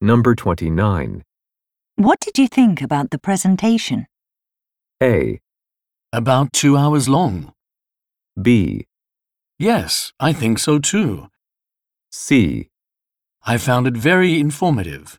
Number 29. What did you think about the presentation? A, About two hours long. B, Yes, I think so too. C. I found it very informative.